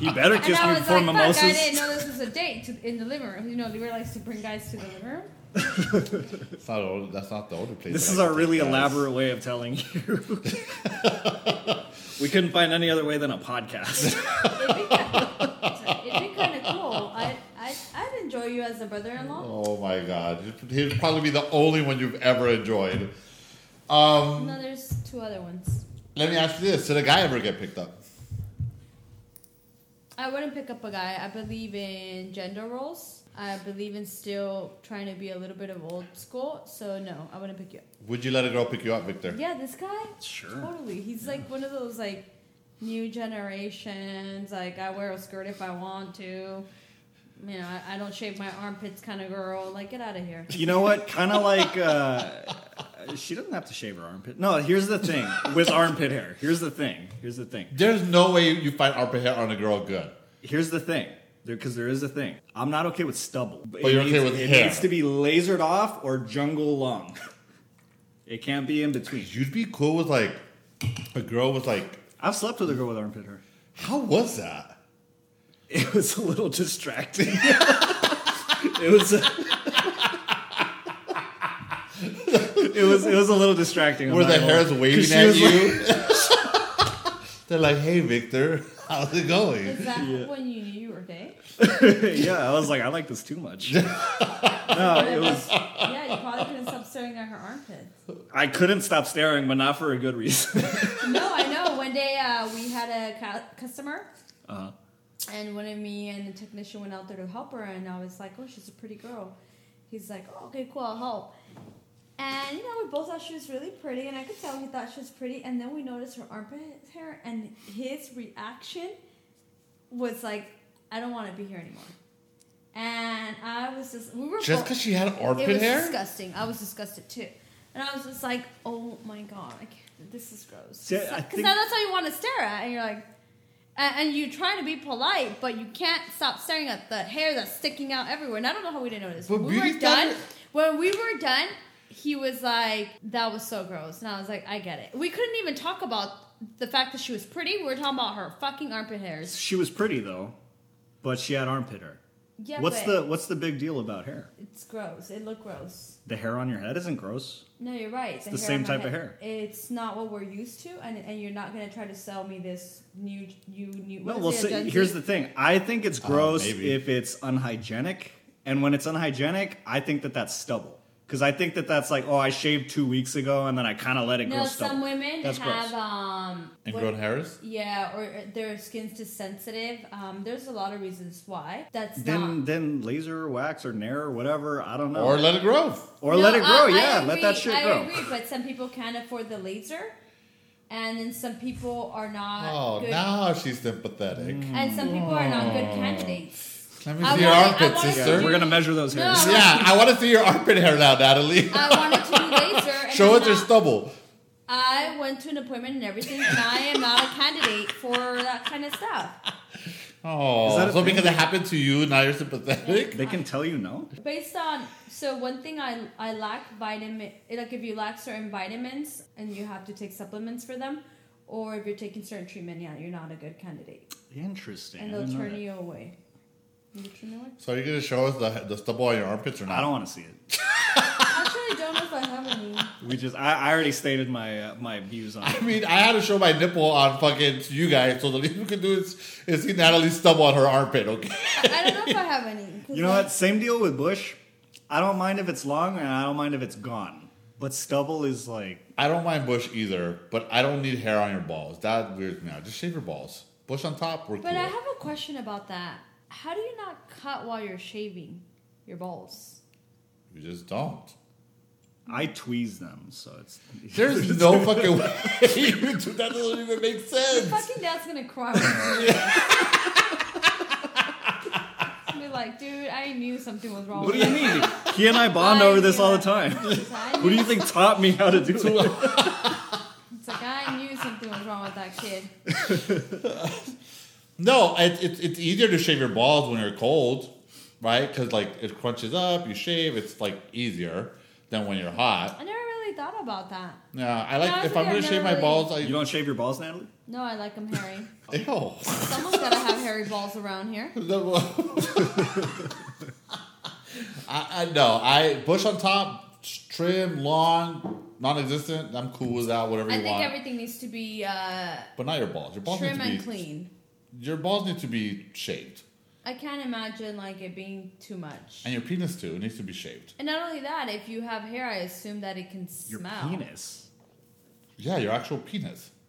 A: You better
B: and
A: kiss
B: I
A: me
B: was
A: before
B: like,
A: mimosas.
B: fuck, I didn't know this was a date to, in the living room. You know, Lever likes to bring guys to the living room.
C: It's not old, that's not the older place.
A: This
C: that
A: is
C: I
A: our
C: could
A: really
C: take guys.
A: elaborate way of telling you. we couldn't find any other way than a podcast.
B: It'd be kind of, it'd be kind of cool. I, I I'd enjoy you as a brother-in-law.
C: Oh my god. He'd probably be the only one you've ever enjoyed.
A: Oh.
C: Um,
B: No, there's two other ones.
C: let me ask you this. Did a guy ever get picked up?
B: I wouldn't pick up a guy. I believe in gender roles. I believe in still trying to be a little bit of old school. So no, I wouldn't pick you up.
C: Would you let a girl pick you up, Victor?
B: Yeah, this guy.
A: sure.
B: Totally. He's like one of those like new generations. Like I wear a skirt if I want to. You know, I, I don't shave my armpits kind of girl. Like get out of here.
A: You know what? Kind of like uh, she doesn't have to shave her armpit. No, here's the thing with armpit hair. Here's the thing. Here's the thing.
C: There's no way you find armpit hair on a girl good.
A: Here's the thing, because there is a thing. I'm not okay with stubble. But
C: you're
A: it
C: okay
A: needs,
C: with
A: it
C: hair.
A: needs to be lasered off or jungle long. It can't be in between.
C: You'd be cool with like a girl with like
A: I've slept with a girl with armpit hair.
C: how was that?
A: It was a little distracting. it was. it was it was a little distracting. I'm
C: Where
A: not
C: the
A: gonna lie.
C: hair's
A: 'Cause
C: waving
A: she
C: at
A: was like-
C: you. They're like, hey Victor, how's it going?
B: Is that when you knew you were gay?
A: yeah, I was like, I like this too much. no, Uh, it was.
B: yeah, you probably couldn't stop staring at her armpits.
A: I couldn't stop staring, but not for a good reason.
B: No, I know. One day uh, we had a cu- customer,
A: Uh-huh.
B: and one of me and the technician went out there to help her, and I was like, "Oh, she's a pretty girl." He's like, oh, "Okay, cool, I'll help." And you know, we both thought she was really pretty, and I could tell he thought she was pretty. And then we noticed her armpit hair, and his reaction was like, "I don't want to be here anymore." And I was just, we were
C: Just
B: both-
C: because she had
B: it
C: armpit
B: was
C: hair?
B: disgusting. I was disgusted too, and I was just like, "Oh my god, I can't, this is gross."
A: See, I- I
B: Because
A: think-
B: now that's all you want to stare at, and you're like, and, and you try to be polite, but you can't stop staring at the hair that's sticking out everywhere. And I don't know how we didn't notice.
C: But
B: When we
C: beauty
B: were done,
C: standard-
B: when we were done, he was like, "That was so gross," and I was like, "I get it." We couldn't even talk about the fact that she was pretty. We were talking about her fucking armpit hairs.
A: She was pretty though, but she had armpit hair.
B: Yeah,
A: what's
B: but
A: the what's the big deal about hair?
B: It's gross. It looked gross.
A: The hair on your head isn't gross.
B: No, you're right. It's
A: the same type of hair.
B: It's not what we're used to, and, and you're not going to try to sell me this new you new.
A: No,
B: what is
A: well,
B: it,
A: see,
B: Gen Z?
A: here's the thing. I think it's
C: Uh,
A: gross
C: maybe.
A: if it's unhygienic, and when it's unhygienic, I think that that's stubble. Because I think that that's like, oh, I shaved two weeks ago, and then I kind of let it
B: no.
A: grow stubble.
B: Some women
A: That's
B: have
A: gross.
B: um.
C: And
B: what-
C: grown hairs?
B: yeah, or uh, their skin's too sensitive. Um, there's a lot of reasons why. That's
A: Then,
B: not.
A: then laser wax or nair or whatever. I don't know.
C: Or
A: Or,
C: let it grow.
B: No,
A: let it
B: I-
A: grow.
B: I
A: yeah, let that
B: agree,
A: shit
B: I
A: grow.
B: agree, but some people can't afford the laser, and then some people are not.
C: Oh,
B: good,
C: now she's sympathetic.
A: Mm.
B: And some people are not good candidates.
C: Let me
B: I
C: see your
B: wanna- I
C: armpit,
B: wanna
A: Yeah,
C: sister.
B: see-
A: we're gonna measure those
B: No.
A: hairs.
C: yeah, I want to see your armpit hair now, Natalie.
B: I wanted to do laser. And
C: Show
B: I'm
C: us your
B: not-
C: stubble.
B: I went to an appointment and everything, and I am not a candidate for that kind of stuff.
A: Is
C: Oh,
A: that a
C: so
A: thing?
C: because it happened to you, now you're sympathetic?
A: They can tell you no.
B: Based on so one thing I I lack vitamin like if you lack certain vitamins and you have to take supplements for them, or if you're taking certain treatment, yeah, you're not a good candidate,
A: Interesting.
B: and
A: I
B: they'll
A: didn't know
B: turn
A: that.
B: you away. You turn away?
C: So are you gonna show us the, the stubble on your armpits or not?
A: I don't want to see it.
B: Actually, I don't know if I have any.
A: We just. I, I already stated my uh, my views on. it.
C: I mean, I had to show my nipple on fucking to you guys, so the least we could do is, is see Natalie's stubble on her armpit. Okay.
B: I don't know if I have any. 'cause
A: You know
B: I-
A: what? Same deal with Bush. I don't mind if it's long and I don't mind if it's gone. But stubble is like
C: I don't mind bush either, but I don't need hair on your balls. That weirds me out. Just shave your balls. Bush on top. We're
B: But
C: cool.
B: I have a question about that. How do you not cut while you're shaving your balls?
C: you just don't.
A: I tweeze them, so it's
C: There's no fucking way you do that. Doesn't even make sense.
B: Fucking dad's gonna cry. when he sees it. Be like, dude, I knew something was wrong.
A: What do
B: with
A: you mean? He and I bond over this all the time.
B: this. I
A: Who do you
B: knew-
A: think taught me how to do it?
B: It's like I knew something was wrong with that kid.
C: No, it, it, it's easier to shave your balls when you're cold, right? Because like it crunches up. You shave. It's like easier than when you're hot.
B: I never really thought about that.
C: No, I like
B: No, I
C: if I'm
B: think
C: gonna
B: I've
C: shave
B: never
C: my
B: really-
C: balls. I
A: You don't shave your balls, Natalie?
B: No, I like him hairy.
C: ew.
B: Someone's gotta have hairy balls around here.
C: No, I, I no, I bush on top, trim, long, non-existent. I'm cool with that. Whatever
B: I
C: you
B: think
C: want,
B: everything needs to be uh,
C: but not your balls. Your balls
B: trim
C: need to be
B: and clean.
C: Your balls need to be shaved,
B: I can't imagine like it being too much.
C: and your penis too. It needs to be shaved.
B: And not only that, if you have hair, I assume that it can
A: Your
B: smell.
A: penis.
C: Yeah, your actual penis.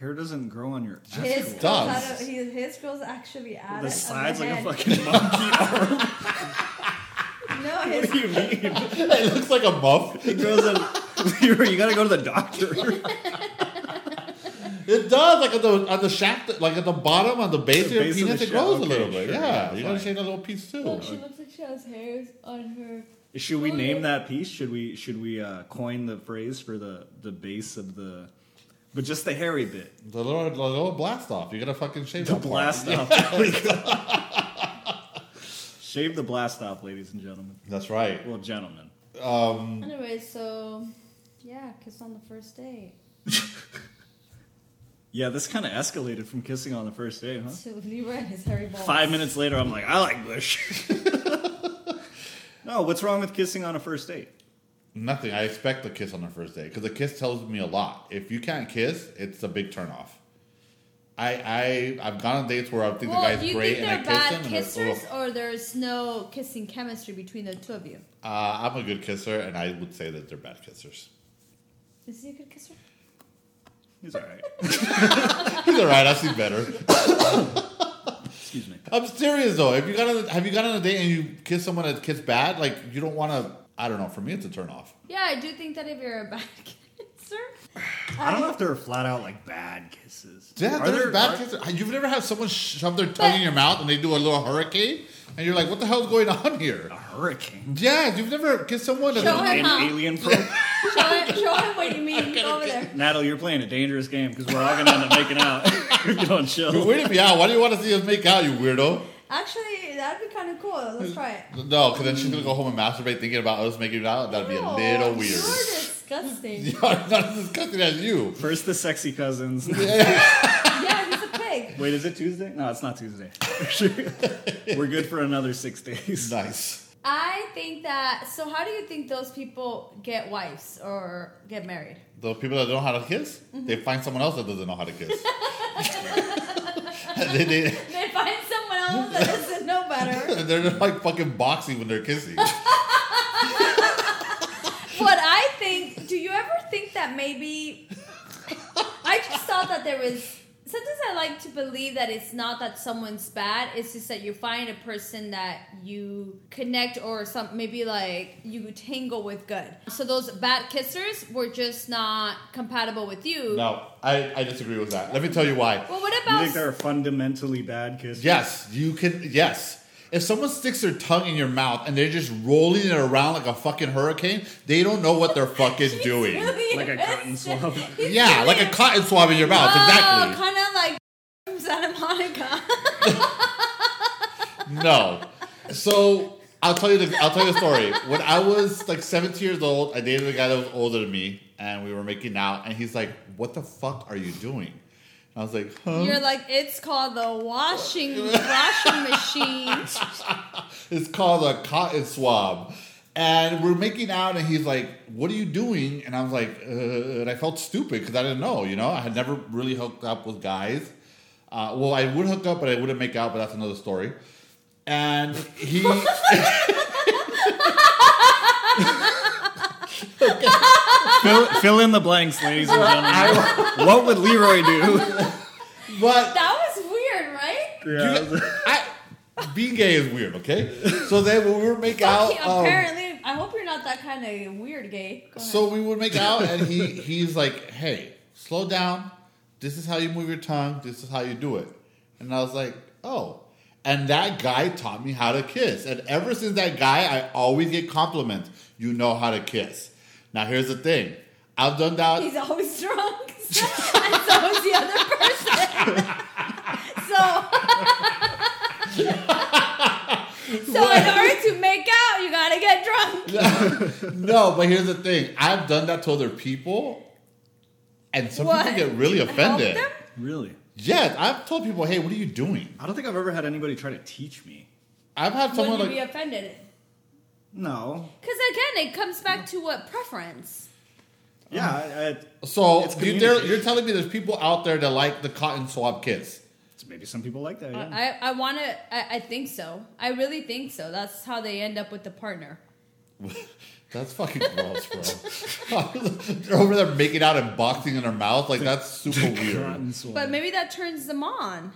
A: Hair doesn't grow on your.
B: His
C: it
B: girls,
C: does.
B: out of, he, his girls actually out
A: The
B: of
A: sides
B: the
A: like a
B: head.
A: fucking monkey arm.
B: No,
A: What
B: his,
A: do you mean?
C: it looks like a muff.
A: It grows on. you gotta go to the doctor.
C: It does, like on the on the shaft, like at the bottom, on the
A: The
C: base of your
A: base of
C: penis,
A: the
C: it
A: shaft,
C: grows a
A: okay,
C: little bit.
A: sure,
C: yeah,
A: yeah,
C: you gotta
A: fine.
C: shave that little piece too.
B: look, she looks like she has hairs on her.
A: Should we name that piece? Should we should we uh, coin the phrase for the the base of the, but just the hairy bit,
C: the little the little blast off. You gotta fucking shave
A: the
C: that part.
A: blast off. Shave the blast off, ladies and gentlemen.
C: That's right.
A: Well, gentlemen.
B: Anyway, so yeah, kiss on the first date.
A: Yeah, this kind of escalated from kissing on the first date, huh?
B: So Libra and his hairy balls.
A: Five minutes later, I'm like, I like Bush. no, what's wrong with kissing on a first date?
C: Nothing. I expect a kiss on the first day because the kiss tells me a lot. If you can't kiss, it's a big turnoff. I I I've gone on dates where I think
B: Well,
C: the
B: do
C: guy's
B: you
C: great
B: think
C: and I
B: they're
C: kiss
B: bad
C: him. And it's,
B: kissers, or there's no kissing chemistry between the two of you?
C: oh, uh, I'm a good kisser, and I would say that they're bad kissers.
B: Is he a good kisser?
A: He's all right.
C: He's all right. I've seen better.
A: Excuse me.
C: I'm serious though. If you got on, have you got on a date and you kiss someone that kissed bad, like you don't want to. I don't know. For me, it's a turnoff.
B: Yeah, I do think that if you're a bad kisser,
A: I don't know if they're flat out like bad kisses.
C: Yeah,
A: Are
C: there's
A: there-
C: bad
A: are-
C: kissers. You've never had someone shove their tongue in your mouth and they do a little hurricane, and you're like, "What the hell's going on here?"
A: A hurricane.
C: Yeah, you've never kissed someone. that-
B: Show him
A: An
B: how.
A: alien probe.
B: show him, show him what you mean. Go over there.
A: Natalie, you're playing a dangerous game because we're all gonna end up making out if you don't
C: But
A: chill.
C: Wait to be out. Why do you want to see us make out, you weirdo?
B: Actually, that'd be kind of cool. Let's try it.
C: No, because then she's gonna go home and masturbate thinking about us making out. That'd be a
B: No,
C: little
B: You're
C: weird.
B: disgusting.
C: Yeah, I'm not as disgusting as you.
A: First, the sexy cousins.
B: yeah, he's a pig.
A: Wait, is it Tuesday? No, it's not Tuesday. we're good for another six days.
C: Nice.
B: I think that. So, how do you think those people get wives or get married?
C: The people that don't know how to kiss, they find someone else that doesn't know how to kiss. they, they,
B: They find someone else that doesn't know better.
C: they're like fucking boxing when they're kissing.
B: What I think. Do you ever think that maybe? I just thought that there was. Sometimes I like to believe that it's not that someone's bad. It's just that you find a person that you connect or some maybe like you tangle with good. So those bad kissers were just not compatible with you.
C: no, I, I disagree with that. Let me tell you why.
B: Well, what
A: You
B: about
A: think they're fundamentally bad kisses?
C: Yes, you can. Yes. If someone sticks their tongue in your mouth and they're just rolling it around like a fucking hurricane, they don't know what they're fucking doing.
A: Like a cotton swab.
C: Yeah, like a cotton swab in your mouth. exactly.
B: kind of Oh, like Santa Monica.
C: no. So I'll tell you the I'll tell you a story. When I was like 17 years old, I dated a guy that was older than me, and we were making out, and he's like, "What the fuck are you doing?" And I was like, "Huh?
B: You're like it's called the washing washing machine.
C: It's called a cotton swab." And we're making out, and he's like, "What are you doing?" And I was like, uh, and I felt stupid because I didn't know. You know, I had never really hooked up with guys. Uh, well, I would hook up, but I wouldn't make out. But that's another story. And he.
A: fill, fill in the blanks, ladies and gentlemen. what would Leroy do?
C: But
B: That was weird, right?
C: You- I, being gay is weird, okay? So then when we were make out,
B: Okay,
C: um,
B: apparently, I hope you're not that kind of weird gay. Go
C: So
B: ahead.
C: we would make out, and he he's like, "Hey, slow down. This is how you move your tongue. This is how you do it." And I was like, "Oh." And that guy taught me how to kiss. And ever since that guy, I always get compliments. You know how to kiss. Now here's the thing. I've done that.
B: He's always drunk, and so is the other person. so, so in order to make out, you gotta get drunk.
C: no, but here's the thing. I've done that to other people, and some
B: What?
C: people get really offended.
B: Help them?
A: Really?
C: Yes, I've told people, "Hey, what are you doing?"
A: I don't think I've ever had anybody try to teach me.
C: I've had
B: Would
C: someone
B: you
C: like
B: be offended?
A: No.
B: Because again, it comes back to what preference.
A: Yeah. I, I,
C: So
A: It's
C: you, there,
A: community.
C: you're telling me there's people out there that like the cotton swab kiss.
A: so maybe some people like that. Yeah.
B: I, I want to. I, I think so. I really think so. That's how they end up with the partner.
C: That's fucking gross, bro. They're over there making out and boxing in their mouth. Like that's super weird.
A: Cotton swab.
B: But maybe that turns them on,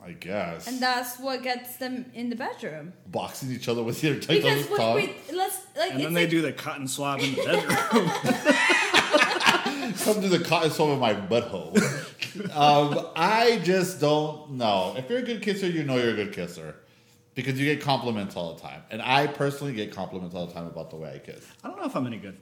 C: I guess.
B: and that's what gets them in the bedroom.
C: boxing each other with your tongue.
B: Because we, we, let's like.
A: and
B: it's
A: then they
B: like-
A: do the cotton swab in the bedroom.
C: Come to the cotton swab in my butthole. um, I just don't know. If you're a good kisser, you know you're a good kisser. Because you get compliments all the time. And I personally get compliments all the time about the way I kiss.
A: I don't know if I'm any good.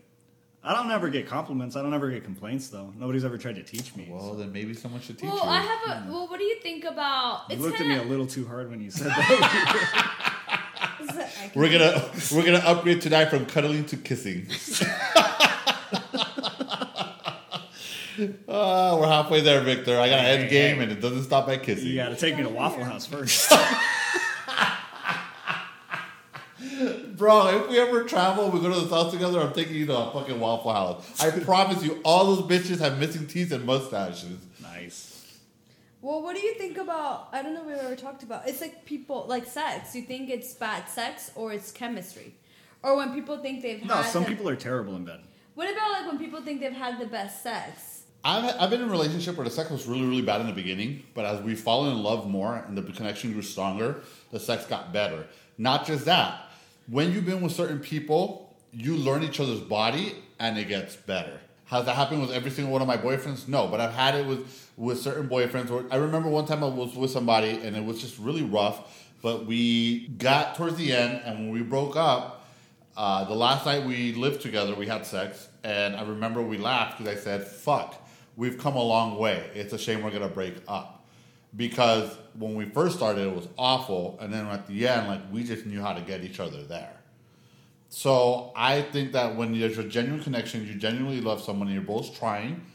A: I don't ever get compliments. I don't ever get complaints though. Nobody's ever tried to teach me.
C: Well, then maybe someone should teach
B: Well,
C: you.
B: I have a. Well, what do you think about?
A: you
B: It's
A: looked at me a
B: kinda,
A: little too hard when you said that.
B: I can-
C: We're gonna we're gonna upgrade tonight from cuddling to kissing. Uh, we're halfway there, Victor. I got an end game, and it doesn't stop at kissing.
A: you got to take me to Waffle House first.
C: Bro, if we ever travel, we go to the south together. I'm taking you to a fucking Waffle House. I promise you, all those bitches have missing teeth and mustaches.
A: nice.
B: well, what do you think about? I don't know. if We've ever talked about. It's like people like sex. You think it's bad sex or it's chemistry, or when people think they've
A: No,
B: had.
A: some
B: the-
A: people are terrible in bed.
B: What about like when people think they've had the best sex?
C: I've, I've been in a relationship where the sex was really, really bad in the beginning, but as we fallen in love more and the connection grew stronger, the sex got better. Not just that, when you've been with certain people, you learn each other's body and it gets better. Has that happened with every single one of my boyfriends? No, but I've had it with, with certain boyfriends. Where I remember one time I was with somebody and it was just really rough, but we got towards the end, and when we broke up, uh, the last night we lived together, we had sex, and I remember we laughed because I said, "Fuck, we've come a long way. It's a shame we're gonna break up." Because when we first started, it was awful, and then at the end, like we just knew how to get each other there. So I think that when there's a genuine connection, you genuinely love someone, and you're both trying,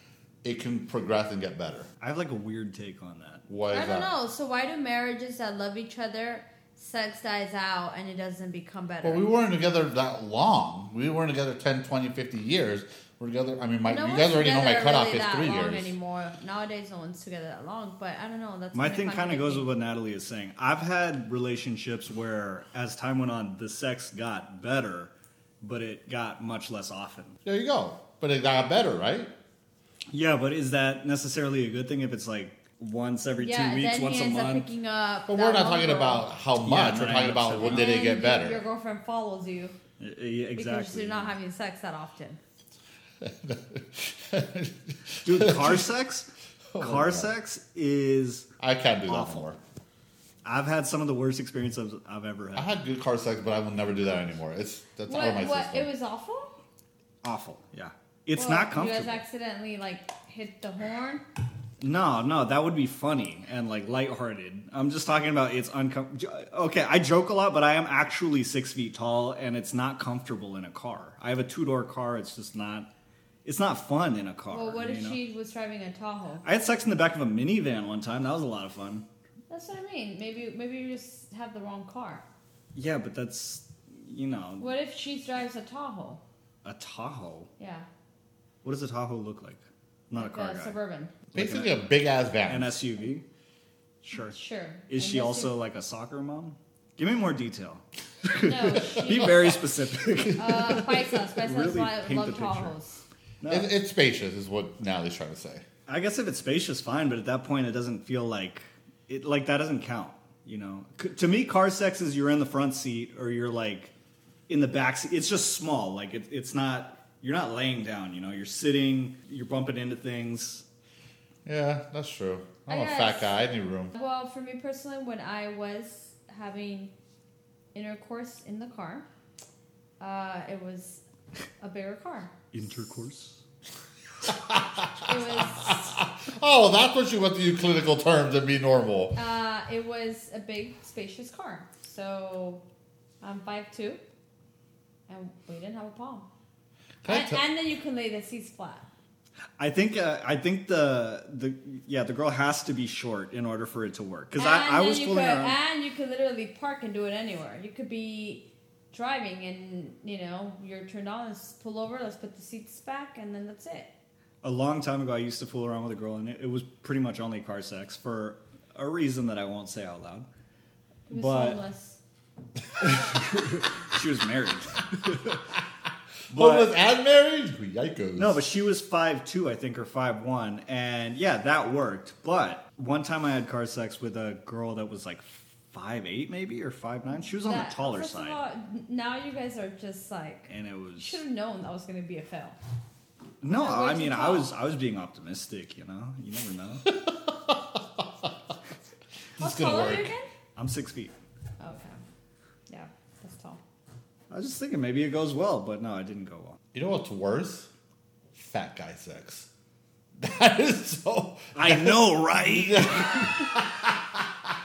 C: it can progress and get better.
A: I have like a weird take on that.
C: What is
B: I don't
C: that?
B: know. So why do marriages that love each other sex dies out and it doesn't become better?
C: Well, we weren't together that long. We weren't together 10, 20, 50 years. We're together. I mean, my,
B: no
C: you
B: one's
C: guys already know my
B: together
C: cutoff
B: really
C: is
B: that
C: three
B: long
C: years.
B: anymore. Nowadays, no one's together that long. But I don't know. That's
A: My thing
B: kinda
A: kind of goes with
B: contradicting.
A: what Natalie is saying. I've had relationships where, as time went on, the sex got better, but it got much less often.
C: There you go. But it got better, right?
A: Yeah, but is that necessarily a good thing if it's like once every
B: yeah,
A: two weeks,
B: then
A: once
B: he
A: a
B: ends Up
A: month?
B: picking up
C: But
B: that
C: we're not
B: one
C: talking
B: girl.
C: about how much.
A: Yeah,
C: we're
A: not
C: talking
A: even
C: about
A: upset.
C: when did it
B: And
C: get
B: you- Your
C: better.
B: girlfriend follows
A: Y-
B: you
A: yeah,
B: because
A: E-, exactly.
B: you're not having sex that often.
A: Dude, car sex?
B: Oh
C: my
A: car
C: God.
A: sex is.
C: I can't do that
A: Awful.
C: anymore.
A: I've had some of the worst experiences I've ever
C: I
A: had.
C: had good car sex, but I will never do that anymore. It's that's out of my
B: What? What?
C: system.
B: It was awful.
A: Awful. Yeah. It's
B: Well,
A: not
B: You
A: comfortable.
B: guys accidentally like hit the horn.
A: No, no, that would be funny and like lighthearted. I'm just talking about it's uncomfortable. Okay, I joke a lot, but I am actually six feet tall, and it's not comfortable in a car. I have a two door car. It's just not. It's not fun in a car.
B: Well, what
A: you
B: if
A: know?
B: she was driving a Tahoe?
A: I had sex in the back of a minivan one time. That was a lot of fun.
B: That's what I mean. Maybe maybe you just have the wrong car.
A: Yeah, but that's you know
B: What if she drives a Tahoe?
A: a Tahoe.
B: Yeah,
A: What does a Tahoe look like? I'm not a
B: like
A: car
B: a
A: guy.
B: suburban.
C: Basically, a big ass
A: An
C: van.
A: SUV. Sure.
B: Sure.
A: Is she
B: Unless
A: also like a soccer mom? Give me more detail.
B: you- No, she,
A: Be very specific.
B: uh, Paisas. Paisas
A: Really
B: love,
A: paint
B: love
A: the picture.
B: Tahoes.
A: No.
C: It, it's spacious, is what Natalie's trying to say.
A: I guess if it's spacious, fine. But at that point, it doesn't feel like it. Like that doesn't count. You know, C- to me, car sex is you're in the front seat or you're like in the back seat. It's just small. Like it, it's not. You're not laying down. You know, you're sitting. You're bumping into things.
C: Yeah, that's true. I'm
B: I
C: a fat
B: guess.
C: guy. I need room.
B: Well, for me personally, when I was having intercourse in the car, uh, it was a bigger car.
A: Intercourse.
B: It was
C: Oh, that's what you went to use clinical terms and be normal.
B: uh, it was a big spacious car. So I'm five two, and we didn't have a problem.
C: Can I
B: And,
C: tell-
B: and then you can lay the seats flat.
A: I think uh, I think the the yeah the girl has to be short in order for it to work because
B: And
A: I, I
B: then
A: was
B: you
A: fooling
B: could,
A: around.
B: And you could literally park and do it anywhere. You could be driving and, you know, you're turned on, let's pull over, let's put the seats back, and then that's it.
A: a long time ago, I used to fool around with a girl, and it, it was pretty much only car sex for a reason that I won't say out loud.
B: It was
A: But-
B: homeless.
A: She was married.
C: Homeless and married? Yikes.
A: No, but she was five two, I think, or five one, and yeah, that worked. But one time I had car sex with a girl that was like five eight, maybe or five nine. She was on
B: That-
A: the taller
B: first of
A: side,
B: all, n- now you guys are just like,
A: and it
B: you
A: was
B: should have known that was going to be a fail.
A: no.
B: that
A: I
B: wasn't
A: mean, I
B: tall.
A: was I was being optimistic. You know, you never know.
B: How
C: is gonna
B: tall are you
C: work.
B: again?
A: I'm six feet.
B: Okay. Yeah, that's tall.
A: I was just thinking maybe it goes well, but no, it didn't go well.
C: you know what's worse? Fat guy sex. That is so.
A: I know, right?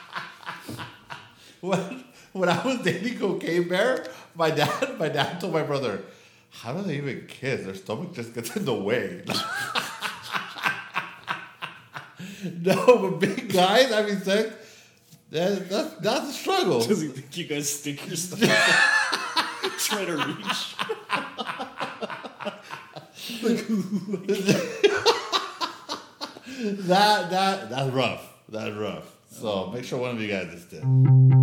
C: When, when I was dating Cocaine Bear, my dad, my dad told my brother, "How do they even kiss? Their stomach just gets in the way." no, but big guys having sex, that, that, that's a struggle.
A: Does he think you guys stick your stuff? out? Try to reach.
C: that that that's rough. That's rough. So make sure one of you guys is dead.